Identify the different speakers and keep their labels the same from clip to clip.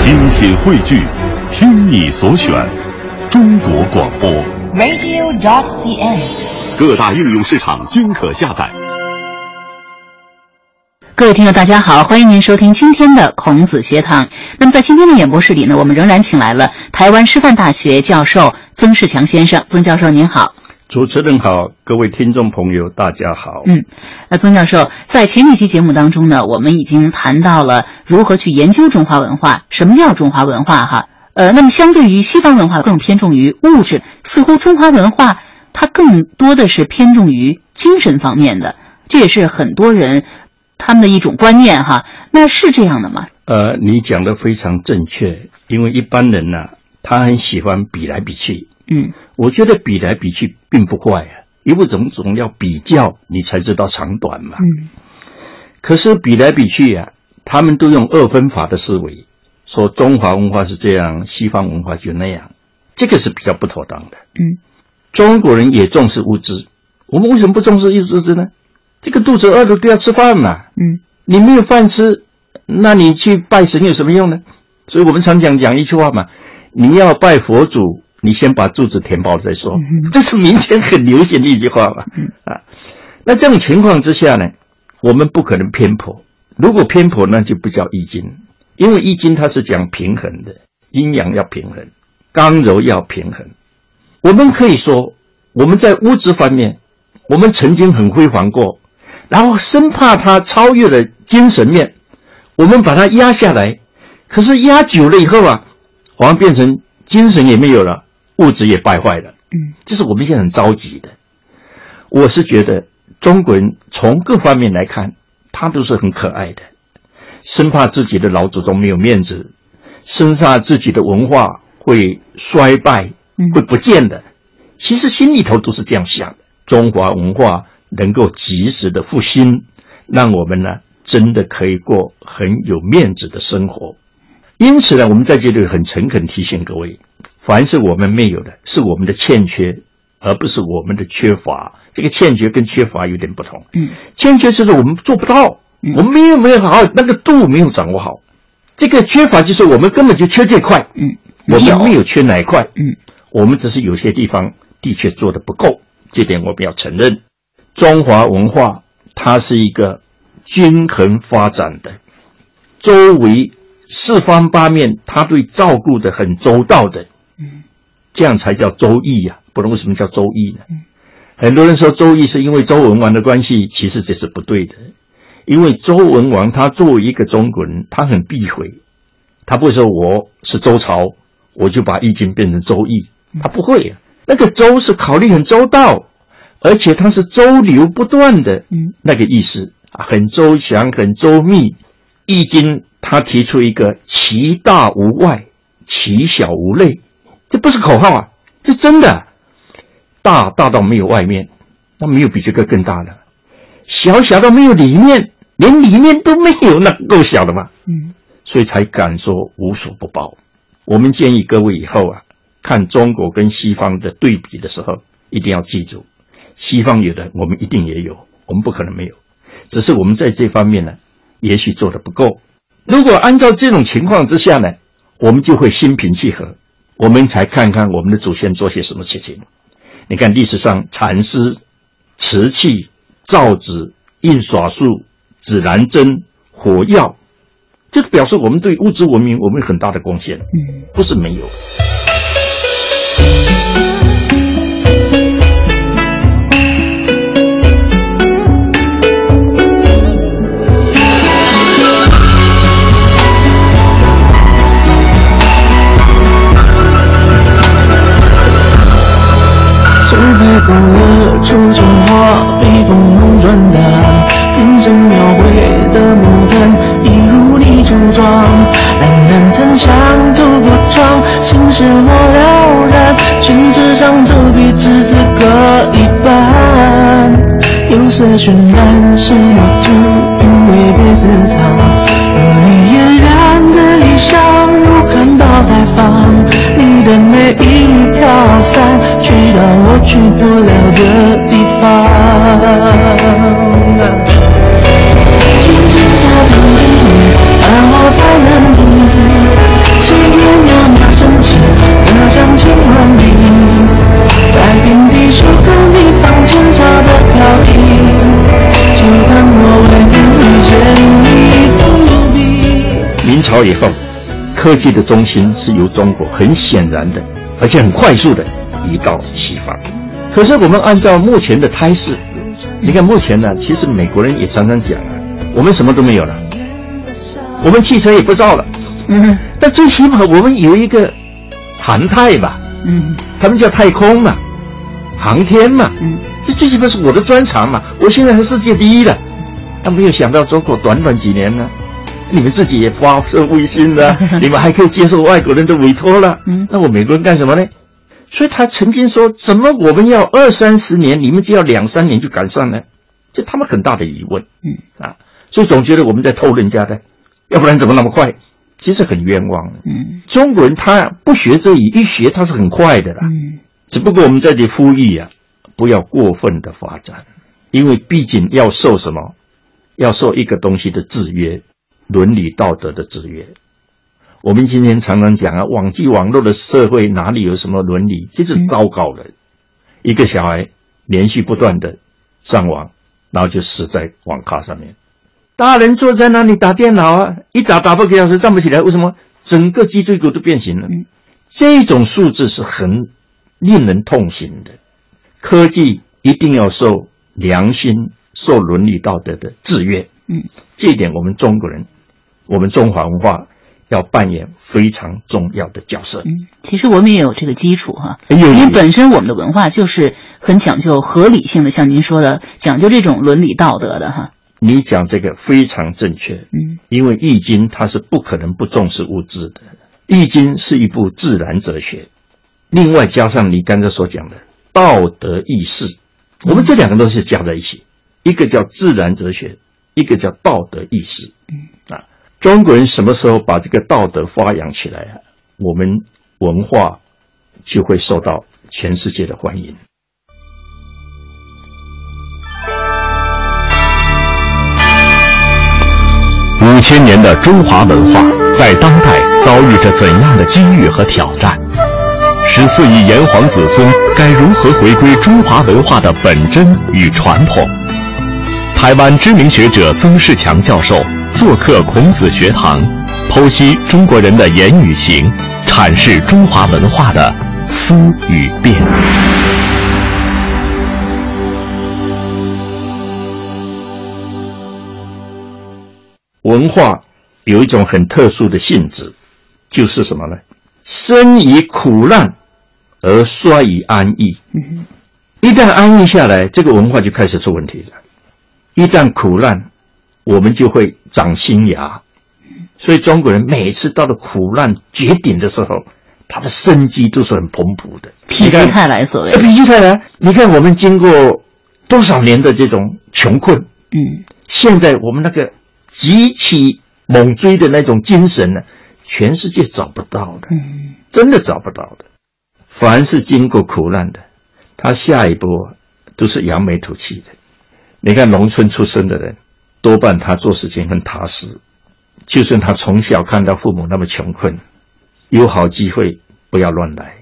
Speaker 1: 精品汇聚，听你所选，中国广播。
Speaker 2: radio.cn。
Speaker 1: 各大应用市场均可下载。
Speaker 2: 各位听友，大家好，欢迎您收听今天的孔子学堂。那么在今天的演播室里呢，我们仍然请来了台湾师范大学教授曾仕强先生。曾教授您好。
Speaker 3: 主持人好，各位听众朋友，大家好。
Speaker 2: 嗯那曾教授，在前几期节目当中呢，我们已经谈到了如何去研究中华文化，什么叫中华文化哈？呃，那么相对于西方文化更偏重于物质，似乎中华文化它更多的是偏重于精神方面的，这也是很多人他们的一种观念哈。那是这样的吗？
Speaker 3: 呃，你讲的非常正确，因为一般人呢、他很喜欢比来比去。
Speaker 2: 嗯
Speaker 3: 我觉得比来比去并不坏啊，因为总总要比较，你才知道长短嘛。
Speaker 2: 嗯
Speaker 3: 可是比来比去啊，他们都用二分法的思维，说中华文化是这样，西方文化就那样，这个是比较不妥当的。
Speaker 2: 嗯，
Speaker 3: 中国人也重视物质，我们为什么不重视物质呢？这个肚子饿了都要吃饭嘛、
Speaker 2: 嗯
Speaker 3: 你没有饭吃，那你去拜神有什么用呢？所以我们常讲讲一句话嘛，你要拜佛祖，你先把肚子填饱了再说，
Speaker 2: 嗯
Speaker 3: 这是民间很流行的一句话嘛。啊，那这种情况之下呢，我们不可能偏颇，如果偏颇那就不叫易经，因为易经它是讲平衡的，阴阳要平衡，刚柔要平衡。我们可以说，我们在物质方面，我们曾经很辉煌过，然后生怕它超越了精神面，我们把它压下来。可是压久了以后啊，好像变成精神也没有了，物质也败坏了。
Speaker 2: 嗯
Speaker 3: 这是我们现在很着急的。我是觉得中国人从各方面来看，他都是很可爱的，生怕自己的老祖宗没有面子，生怕自己的文化会衰败
Speaker 2: 嗯，
Speaker 3: 会不见的。其实心里头都是这样想的。中华文化能够及时的复兴，让我们呢真的可以过很有面子的生活。因此呢，我们在这里很诚恳提醒各位，凡是我们没有的，是我们的欠缺，而不是我们的缺乏。这个欠缺跟缺乏有点不同。
Speaker 2: 嗯
Speaker 3: 欠缺就是我们做不到，
Speaker 2: 嗯
Speaker 3: 我们没有没有好好那个度没有掌握好。这个缺乏就是我们根本就缺这块，
Speaker 2: 嗯，
Speaker 3: 我
Speaker 2: 没有
Speaker 3: 们没有缺哪一块，
Speaker 2: 嗯
Speaker 3: 我们只是有些地方的确做得不够，这点我们要承认。中华文化它是一个均衡发展的，周围四方八面它对照顾的很周到的，
Speaker 2: 嗯，
Speaker 3: 这样才叫周易呀、不然为什么叫周易呢？
Speaker 2: 嗯
Speaker 3: 很多人说周易是因为周文王的关系，其实这是不对的，因为周文王他作为一个中国人，他很避讳，他不会说我是周朝，我就把易经变成周易，
Speaker 2: 嗯
Speaker 3: 他不会、啊。那个周是考虑很周到，而且它是周流不断的，
Speaker 2: 嗯，
Speaker 3: 那个意思啊，很周详，很周密。易经他提出一个其大无外，其小无内，这不是口号啊，这真的啊。大大到没有外面，那没有比这个更大的；小小到没有里面，连里面都没有，那够小了吗？
Speaker 2: 嗯
Speaker 3: 所以才敢说无所不包。我们建议各位以后啊，看中国跟西方的对比的时候，一定要记住，西方有的我们一定也有，我们不可能没有，只是我们在这方面呢，也许做的不够。如果按照这种情况之下呢，我们就会心平气和，我们才看看我们的祖先做些什么事情。你看历史上禅师、瓷器、造纸、印刷术、指南针、火药，这表示我们对物质文明我们有很大的贡献，
Speaker 2: 嗯
Speaker 3: 不是没有。
Speaker 4: 送别狗儿，旧情话被风横转的，变成描绘的牡丹，一如你酒庄，冉冉檀香透过窗，心事我了然，宣纸上走笔只只各一半，釉色渲染是泥土，韵味被私藏，而你嫣然的一笑，如含苞待放，你的美一缕飘散，去到我去不了的地方。静静在等你，而我在等你。
Speaker 3: 朝以后，科技的中心是由中国很显然的，而且很快速的移到西方。可是我们按照目前的态势，你看目前呢，其实美国人也常常讲啊，我们什么都没有了，我们汽车也不造了，
Speaker 2: 嗯
Speaker 3: 但最起码我们有一个航太吧，
Speaker 2: 嗯
Speaker 3: 他们叫太空嘛，航天嘛，
Speaker 2: 嗯，
Speaker 3: 这最起码是我的专长嘛，我现在是世界第一了。他没有想到中国短短几年呢，你们自己也发射卫 星了，你们还可以接受外国人的委托了。
Speaker 2: 嗯
Speaker 3: 那我美国人干什么呢？所以他曾经说，怎么我们要二三十年，你们就要两三年就赶上呢？这他们很大的疑问。
Speaker 2: 嗯
Speaker 3: 啊，所以总觉得我们在偷人家的，要不然怎么那么快？其实很冤枉的。
Speaker 2: 嗯
Speaker 3: 中国人他不学这一，一学他是很快的啦。
Speaker 2: 嗯
Speaker 3: 只不过我们在这里呼吁啊，不要过分的发展，因为毕竟要受什么，要受一个东西的制约，伦理道德的制约。我们今天常常讲啊，网际网络的社会哪里有什么伦理？这是糟糕的。一个小孩连续不断的上网，然后就死在网咖上面。大人坐在那里打电脑啊，一打打半个小时站不起来，为什么？整个脊椎骨都变形了。
Speaker 2: 嗯
Speaker 3: 这种素质是很令人痛心的。科技一定要受良心、受伦理道德的制约。
Speaker 2: 嗯，
Speaker 3: 这一点我们中国人，我们中华文化要扮演非常重要的角色。
Speaker 2: 嗯，其实我们也有这个基础哈、
Speaker 3: 哎呦
Speaker 2: 因为嗯本身我们的文化就是很讲究合理性的，像您说的，讲究这种伦理道德的哈。
Speaker 3: 你讲这个非常正确，
Speaker 2: 嗯
Speaker 3: 因为《易经》它是不可能不重视物质的，《易经》是一部自然哲学，另外加上你刚才所讲的道德意识，我们这两个东西加在一起，一个叫自然哲学，一个叫道德意识。啊，中国人什么时候把这个道德发扬起来啊，我们文化就会受到全世界的欢迎。
Speaker 1: 五千年的中华文化在当代遭遇着怎样的机遇和挑战？十四亿炎黄子孙该如何回归中华文化的本真与传统？台湾知名学者曾仕强教授做客孔子学堂，剖析中国人的言与行，阐释中华文化的思与变。
Speaker 3: 文化有一种很特殊的性质，就是什么呢？生于苦难，而衰于安逸。
Speaker 2: 嗯
Speaker 3: 一旦安逸下来，这个文化就开始出问题了。一旦苦难，我们就会长新芽。所以中国人每次到了苦难绝顶的时候，他的生机都是很蓬勃的。
Speaker 2: 否
Speaker 3: 你
Speaker 2: 极
Speaker 3: 看
Speaker 2: 泰来所谓
Speaker 3: 呃。否极泰来。你看我们经过多少年的这种穷困，
Speaker 2: 嗯
Speaker 3: 现在我们那个极其猛追的那种精神呢，全世界找不到的，
Speaker 2: 嗯
Speaker 3: 真的找不到的。凡是经过苦难的，他下一波都是扬眉吐气的。你看农村出生的人，多半他做事情很踏实，就算他从小看到父母那么穷困，有好机会不要乱来。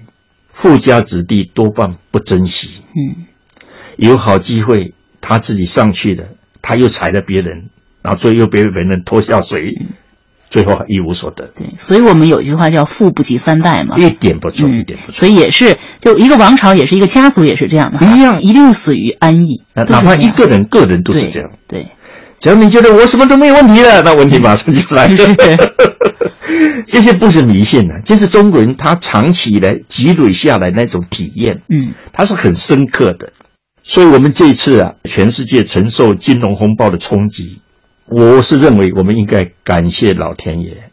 Speaker 3: 富家子弟多半不珍惜，
Speaker 2: 嗯
Speaker 3: 有好机会，他自己上去了，他又踩了别人，然后最后又被别人拖下水，最后一无所得，
Speaker 2: 对，所以我们有一句话叫“富不及三代”嘛。
Speaker 3: 一点不错，一
Speaker 2: 嗯
Speaker 3: 点不，错
Speaker 2: 所。以也是，就一个王朝，也是一个家族，也是这样的哈，
Speaker 3: 一样
Speaker 2: 一定死于安逸，
Speaker 3: 那
Speaker 2: 都是
Speaker 3: 哪怕
Speaker 2: 这
Speaker 3: 一
Speaker 2: 样
Speaker 3: 个人，个人都
Speaker 2: 对
Speaker 3: 是这样。
Speaker 2: 对，
Speaker 3: 只要你觉得我什么都没有问题了，那问题马上就来了。 这些不是迷信啊，这是中国人他长期以来积累下来那种体验。
Speaker 2: 嗯
Speaker 3: 它是很深刻的。所以，我们这一次啊，全世界承受金融风暴的冲击，我是认为我们应该感谢老天爷。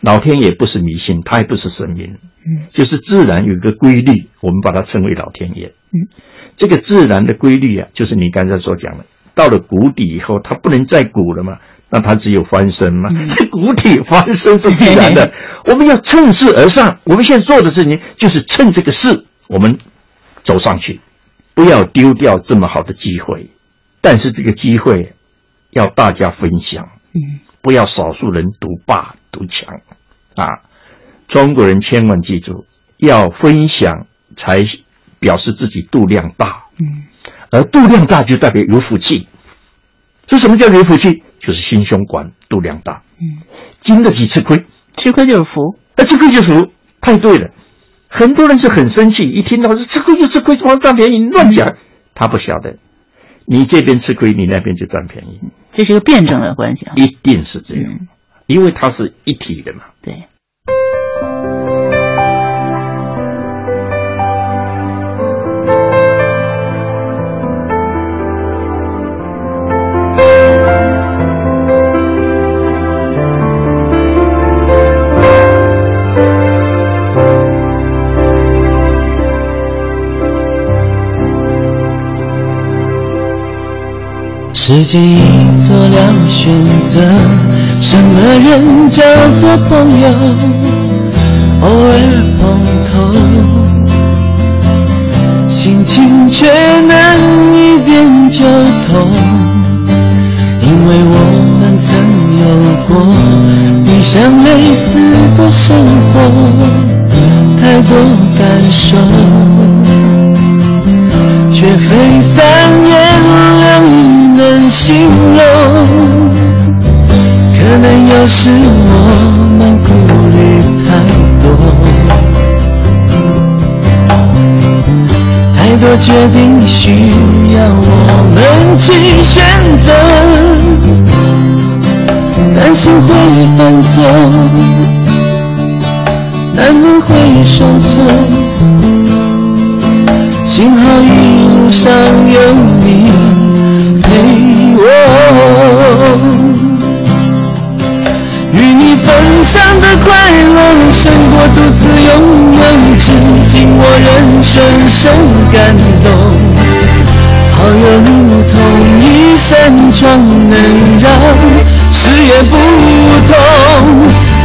Speaker 3: 老天爷不是迷信，他也不是神明，
Speaker 2: 嗯
Speaker 3: 就是自然有一个规律，我们把它称为老天爷。
Speaker 2: 嗯，
Speaker 3: 这个自然的规律啊，就是你刚才所讲的，到了谷底以后，它不能再谷了嘛，那它只有翻身嘛。
Speaker 2: 嗯
Speaker 3: 这 谷底翻身是必 然的，我们要趁势而上。我们现在做的事情就是趁这个势，我们走上去，不要丢掉这么好的机会。但是这个机会要大家分享，
Speaker 2: 嗯
Speaker 3: 不要少数人独霸独强啊！中国人千万记住，要分享才表示自己度量大，
Speaker 2: 嗯
Speaker 3: 而度量大就代表有福气。这什么叫有福气？就是心胸宽，度量大，
Speaker 2: 嗯
Speaker 3: 经得起吃亏。
Speaker 2: 吃亏就是福。
Speaker 3: 那吃亏就福，太对了。很多人是很生气，一听到是吃亏就吃亏，怎么占便宜？你乱
Speaker 2: 嗯
Speaker 3: 讲，他不晓得，你这边吃亏，你那边就占便宜，
Speaker 2: 这是一个辩证的关系啊。
Speaker 3: 一定是这样，
Speaker 2: 嗯，
Speaker 3: 因为它是一体的嘛。
Speaker 2: 对。
Speaker 4: 世界一做两选择，什么人叫做朋友？偶尔碰头，心情却难以点就透，因为我们曾有过你像类似的生活，太多感受。却非三言两语能形容。可能有时我们顾虑太多，太多决定需要我们去选择，担心会犯错，难免会受挫。幸好一路上有你陪我，与你分享的快乐胜过独自拥有，至今我仍深深感动。好友如同一扇窗，能让视野不同。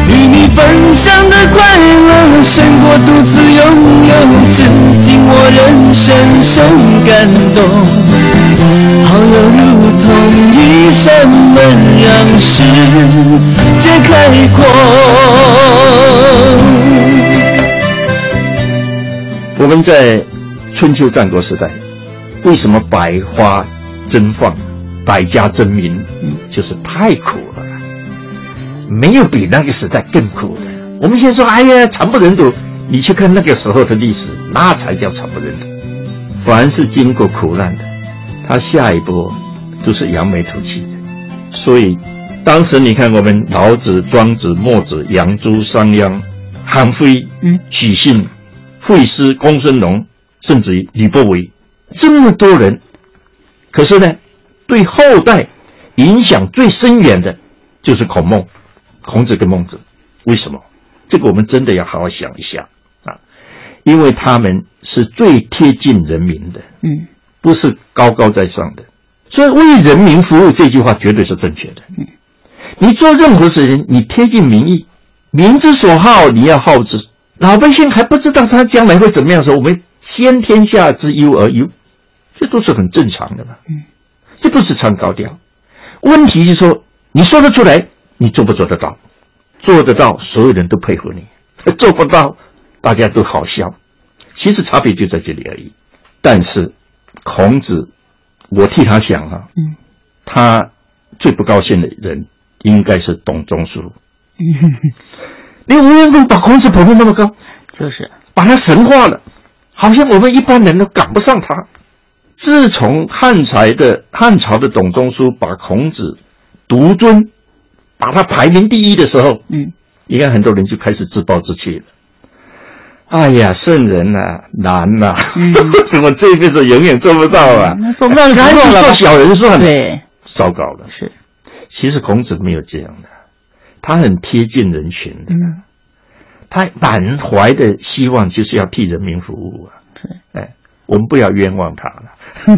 Speaker 4: 与你分享的快乐，胜过独自拥有。至今我仍深深感动。好友如同一扇门，让世界开阔。
Speaker 3: 我们在春秋战国时代，为什么百花争放，百家争鸣？嗯就是太苦了，没有比那个时代更苦的。我们现在说，哎呀，惨不忍睹。你去看那个时候的历史，那才叫惨不忍睹。凡是经过苦难的，他下一波都是扬眉吐气的。所以，当时你看我们老子、庄子、墨子、杨朱、商鞅、韩非、
Speaker 2: 嗯
Speaker 3: 许信、惠施、公孙龙，甚至于吕不韦，这么多人，可是呢，对后代影响最深远的，就是孔孟，孔子跟孟子。为什么？这个我们真的要好好想一下啊，因为他们是最贴近人民的，
Speaker 2: 嗯，
Speaker 3: 不是高高在上的。所以为人民服务这句话绝对是正确的。你做任何事情，你贴近民意，民之所好，你要好之。老百姓还不知道他将来会怎么样的时候，我们先天下之忧而忧，这都是很正常的嘛。嗯，这不是唱高调。问题是说，你说得出来，你做不做得到？做得到，所有人都佩服你； 做不到，大家都好笑。其实差别就在这里而已。但是孔子，我替他想啊，
Speaker 2: 嗯，
Speaker 3: 他最不高兴的人应该是董仲舒。你无缘无故把孔子捧得那么高，
Speaker 2: 就是，
Speaker 3: 把他神化了，好像我们一般人都赶不上他。自从汉才的汉朝的董仲舒把孔子独尊，把他排名第一的时候，
Speaker 2: 嗯，
Speaker 3: 应该很多人就开始自暴自弃了。哎呀，圣人呐、难呐、
Speaker 2: 嗯
Speaker 3: 我这辈子永远做不到啊！
Speaker 2: 那做不到就
Speaker 3: 赶紧
Speaker 2: 做了吧
Speaker 3: 做小人算了。，
Speaker 2: 对，
Speaker 3: 糟糕了。
Speaker 2: 是，
Speaker 3: 其实孔子没有这样的，他很贴近人群的，
Speaker 2: 嗯
Speaker 3: 他满怀的希望就是要替人民服务啊。
Speaker 2: 是，
Speaker 3: 哎，我们不要冤枉他了。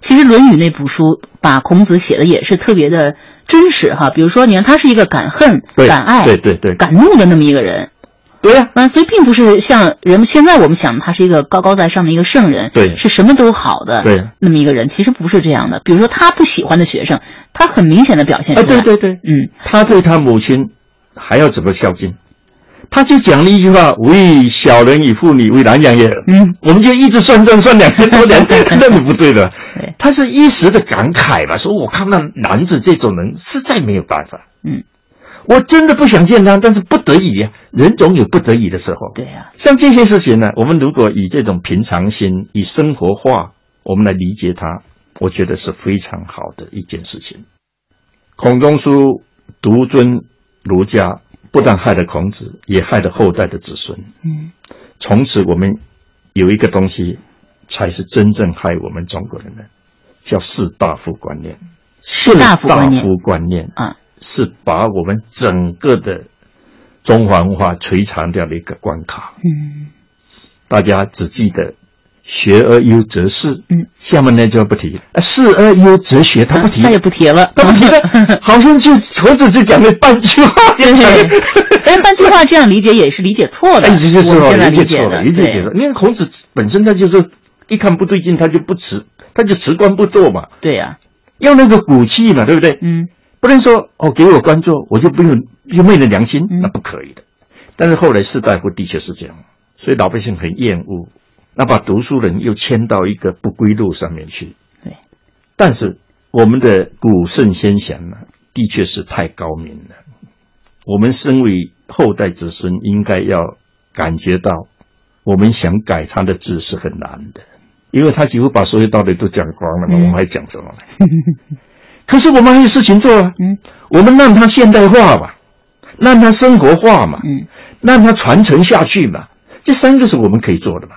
Speaker 2: 其实《论语》那部书把孔子写的也是特别的真实哈。比如说，你看他是一个敢恨、
Speaker 3: 对
Speaker 2: 敢爱、
Speaker 3: 对对对
Speaker 2: 敢怒的那么一个人，
Speaker 3: 对呀、
Speaker 2: 啊，所以并不是像人们现在我们想他是一个高高在上的一个圣人，
Speaker 3: 对
Speaker 2: 是什么都好的，
Speaker 3: 对
Speaker 2: 那么一个人，其实不是这样的。比如说他不喜欢的学生，他很明显的表现出
Speaker 3: 哎，
Speaker 2: 来，
Speaker 3: 对对对，
Speaker 2: 嗯，
Speaker 3: 他对他母亲还要怎么孝敬？他就讲了一句话：“为小人以妇女，为难养也。”
Speaker 2: 嗯，
Speaker 3: 我们就一直算账，算两千多 年，那你不对的
Speaker 2: 对。
Speaker 3: 他是一时的感慨吧，说我看到男子这种人实在没有办法。
Speaker 2: 嗯，
Speaker 3: 我真的不想健康，但是不得已呀、啊人总有不得已的时候。
Speaker 2: 对呀、
Speaker 3: 像这些事情呢，我们如果以这种平常心、以生活化，我们来理解它，我觉得是非常好的一件事情。孔仲舒独尊儒家，不但害了孔子，也害了后代的子孙。
Speaker 2: 嗯，
Speaker 3: 从此我们有一个东西，才是真正害我们中国人的，叫士大夫观念。
Speaker 2: 士大夫观念
Speaker 3: 士大夫观念
Speaker 2: 啊，
Speaker 3: 是把我们整个的中华文化摧残掉的一个关卡。
Speaker 2: 嗯
Speaker 3: 大家只记得学而优则仕，
Speaker 2: 嗯，
Speaker 3: 下面呢就不提，啊仕而优则学，他不提，
Speaker 2: 啊再也不提了，
Speaker 3: 他不 提了，好像就孔子只讲了半句话，就 讲了
Speaker 2: 嗯对，但是半句话这样理解也是理解错的，
Speaker 3: 哎，这是
Speaker 2: 我们
Speaker 3: 错
Speaker 2: 现在
Speaker 3: 了，理
Speaker 2: 理
Speaker 3: 解错
Speaker 2: 的，
Speaker 3: 了，理解
Speaker 2: 对
Speaker 3: 错了。因为孔子本身他就是一看不对劲，他就不辞，他就辞官不做嘛，
Speaker 2: 对呀、
Speaker 3: 要那个骨气嘛，对不对？
Speaker 2: 嗯
Speaker 3: 不能说哦，给我官做，我就不用就昧了良心，
Speaker 2: 嗯
Speaker 3: 那不可以的。但是后来士大夫的确是这样，所以老百姓很厌恶，那把读书人又牵到一个不归路上面去。
Speaker 2: 对，
Speaker 3: 但是我们的古圣先贤呢，的确是太高明了。我们身为后代子孙，应该要感觉到，我们想改他的字是很难的，因为他几乎把所有道理都讲光了嘛，
Speaker 2: 嗯
Speaker 3: 我们还讲什么呢？ 可是我们还有事情做啊，
Speaker 2: 嗯
Speaker 3: 我们让它现代化嘛，让它生活化嘛，
Speaker 2: 嗯，
Speaker 3: 让它传承下去嘛，这三个是我们可以做的嘛。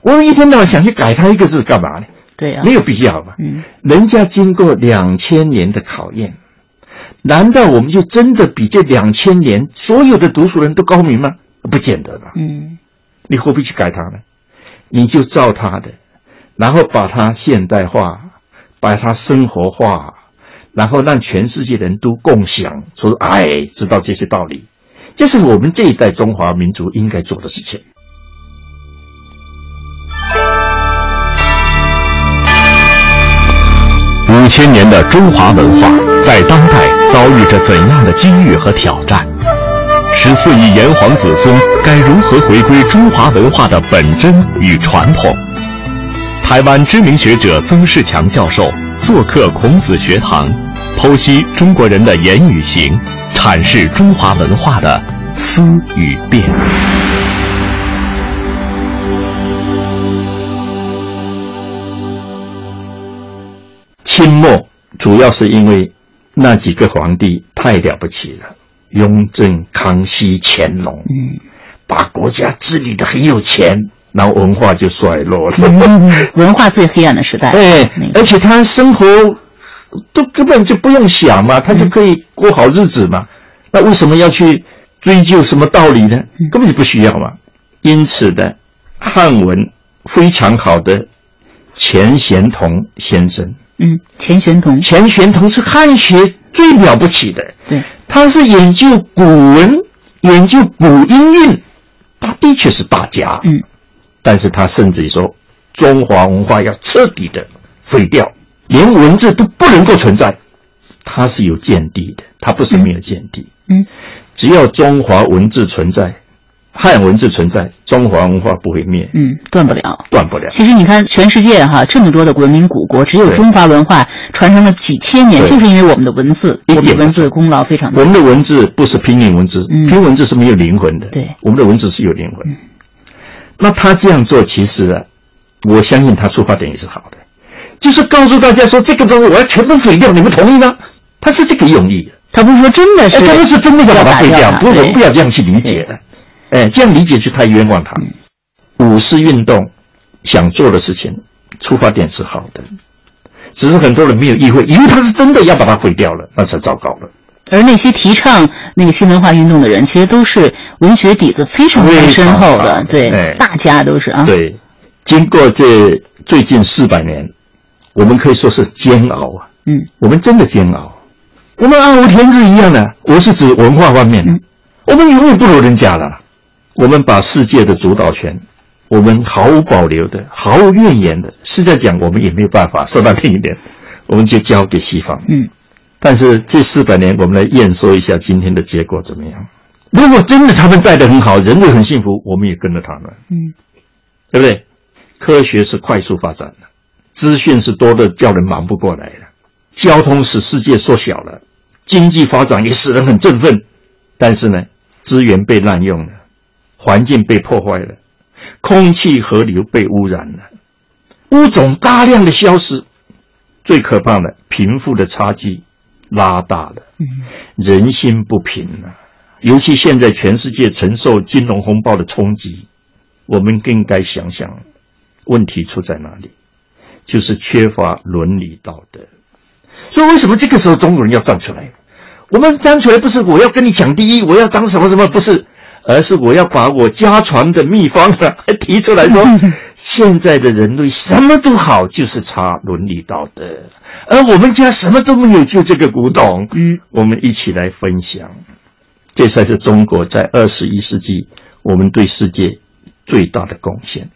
Speaker 3: 我们一天到晚想去改它一个字干嘛呢？
Speaker 2: 对呀、
Speaker 3: 没有必要嘛。
Speaker 2: 嗯
Speaker 3: 人家经过两千年的考验，难道我们就真的比这两千年所有的读书人都高明吗？不见得吧。
Speaker 2: 嗯
Speaker 3: 你何必去改它呢？你就照它的，然后把它现代化，把它生活化，然后让全世界人都共享，说哎，知道这些道理，这是我们这一代中华民族应该做的事情。
Speaker 1: 五千年的中华文化在当代遭遇着怎样的机遇和挑战？十四亿炎黄子孙该如何回归中华文化的本真与传统？台湾知名学者曾仕强教授做客孔子学堂，剖析中国人的言与行，阐释中华文化的思与变。
Speaker 3: 清末主要是因为那几个皇帝太了不起了，雍正、康熙、乾隆，
Speaker 2: 嗯
Speaker 3: 把国家治理的很有钱，然后文化就衰落 了。
Speaker 2: 嗯嗯，嗯文化最黑暗的时代，
Speaker 3: 哎
Speaker 2: 那，个
Speaker 3: 而且他生活都根本就不用想
Speaker 2: 嗯
Speaker 3: 嘛，他就可以过好日子嘛。那为什么要去追究什么道理呢？
Speaker 2: 嗯
Speaker 3: 根本就不需要嘛。因此呢，汉文非常好的钱玄同先生，
Speaker 2: 嗯，钱玄同，
Speaker 3: 钱玄同是汉学最了不起的，
Speaker 2: 对，
Speaker 3: 他是研究古文，研究古音韵，他的确是大家。
Speaker 2: 嗯，
Speaker 3: 但是他甚至于说，中华文化要彻底的毁掉，连文字都不能够存在。他是有见地的，他不是没有见地。
Speaker 2: 嗯嗯
Speaker 3: 只要中华文字存在，汉文字存在，中华文化不会灭，
Speaker 2: 嗯，断不了。
Speaker 3: 断不了。
Speaker 2: 其实你看，全世界哈这么多的文明古国，只有
Speaker 3: 对
Speaker 2: 中华文化传承了几千年，
Speaker 3: 对
Speaker 2: 就是因为我们的文字，
Speaker 3: 一
Speaker 2: 我
Speaker 3: 点
Speaker 2: 们的文字的功劳非常
Speaker 3: 我
Speaker 2: 大。
Speaker 3: 们的文字不是拼音文字，
Speaker 2: 嗯
Speaker 3: 拼文字是没有灵魂的。
Speaker 2: 对
Speaker 3: 我们的文字是有灵魂。那他这样做，其实啊，我相信他出发点也是好的，就是告诉大家说，这个东西我要全部毁掉，你们同意吗？他是这个用意的。
Speaker 2: 他不是说真的是，
Speaker 3: 哎，他不是真的要把它废掉，不，我们不要这样去理解的。哎，这样理解就太冤枉他。五四运动想做的事情，出发点是好的，只是很多人没有意会，以为他是真的要把它毁掉了，那才糟糕了。
Speaker 2: 而那些提倡那个新文化运动的人，其实都是文学底子非常
Speaker 3: 非常
Speaker 2: 深厚的
Speaker 3: 好，
Speaker 2: 对，
Speaker 3: 哎
Speaker 2: 大家都是啊，
Speaker 3: 对，经过这最近四百年，我们可以说是煎熬啊，
Speaker 2: 嗯
Speaker 3: 我们真的煎熬。我们暗无天日一样的，我是指文化方面的，
Speaker 2: 嗯
Speaker 3: 我们永远不如人家了。我们把世界的主导权，我们毫无保留的、毫无怨言的，是在讲我们也没有办法说到这一点，我们就交给西方。
Speaker 2: 嗯，
Speaker 3: 但是这四百年，我们来验收一下今天的结果怎么样？如果真的他们带得很好，人类很幸福，我们也跟着他们。
Speaker 2: 嗯，
Speaker 3: 对不对？科学是快速发展的，资讯是多的叫人忙不过来了，交通使世界缩小了，经济发展也使人很振奋，但是呢，资源被滥用了，环境被破坏了，空气河流被污染了，物种大量的消失，最可怕的，贫富的差距拉大了，
Speaker 2: 嗯
Speaker 3: 人心不平了、尤其现在全世界承受金融风暴的冲击，我们更该想想问题出在哪里，就是缺乏伦理道德。所以为什么这个时候中国人要站出来？我们站出来不是我要跟你抢第一，我要当什么什么，不是，而是我要把我家传的秘方 啊提出来说，现在的人类什么都好，就是差伦理道德，而我们家什么都没有，就这个古董。
Speaker 2: 嗯，
Speaker 3: 我们一起来分享，这才是中国在二十一世纪我们对世界最大的贡献。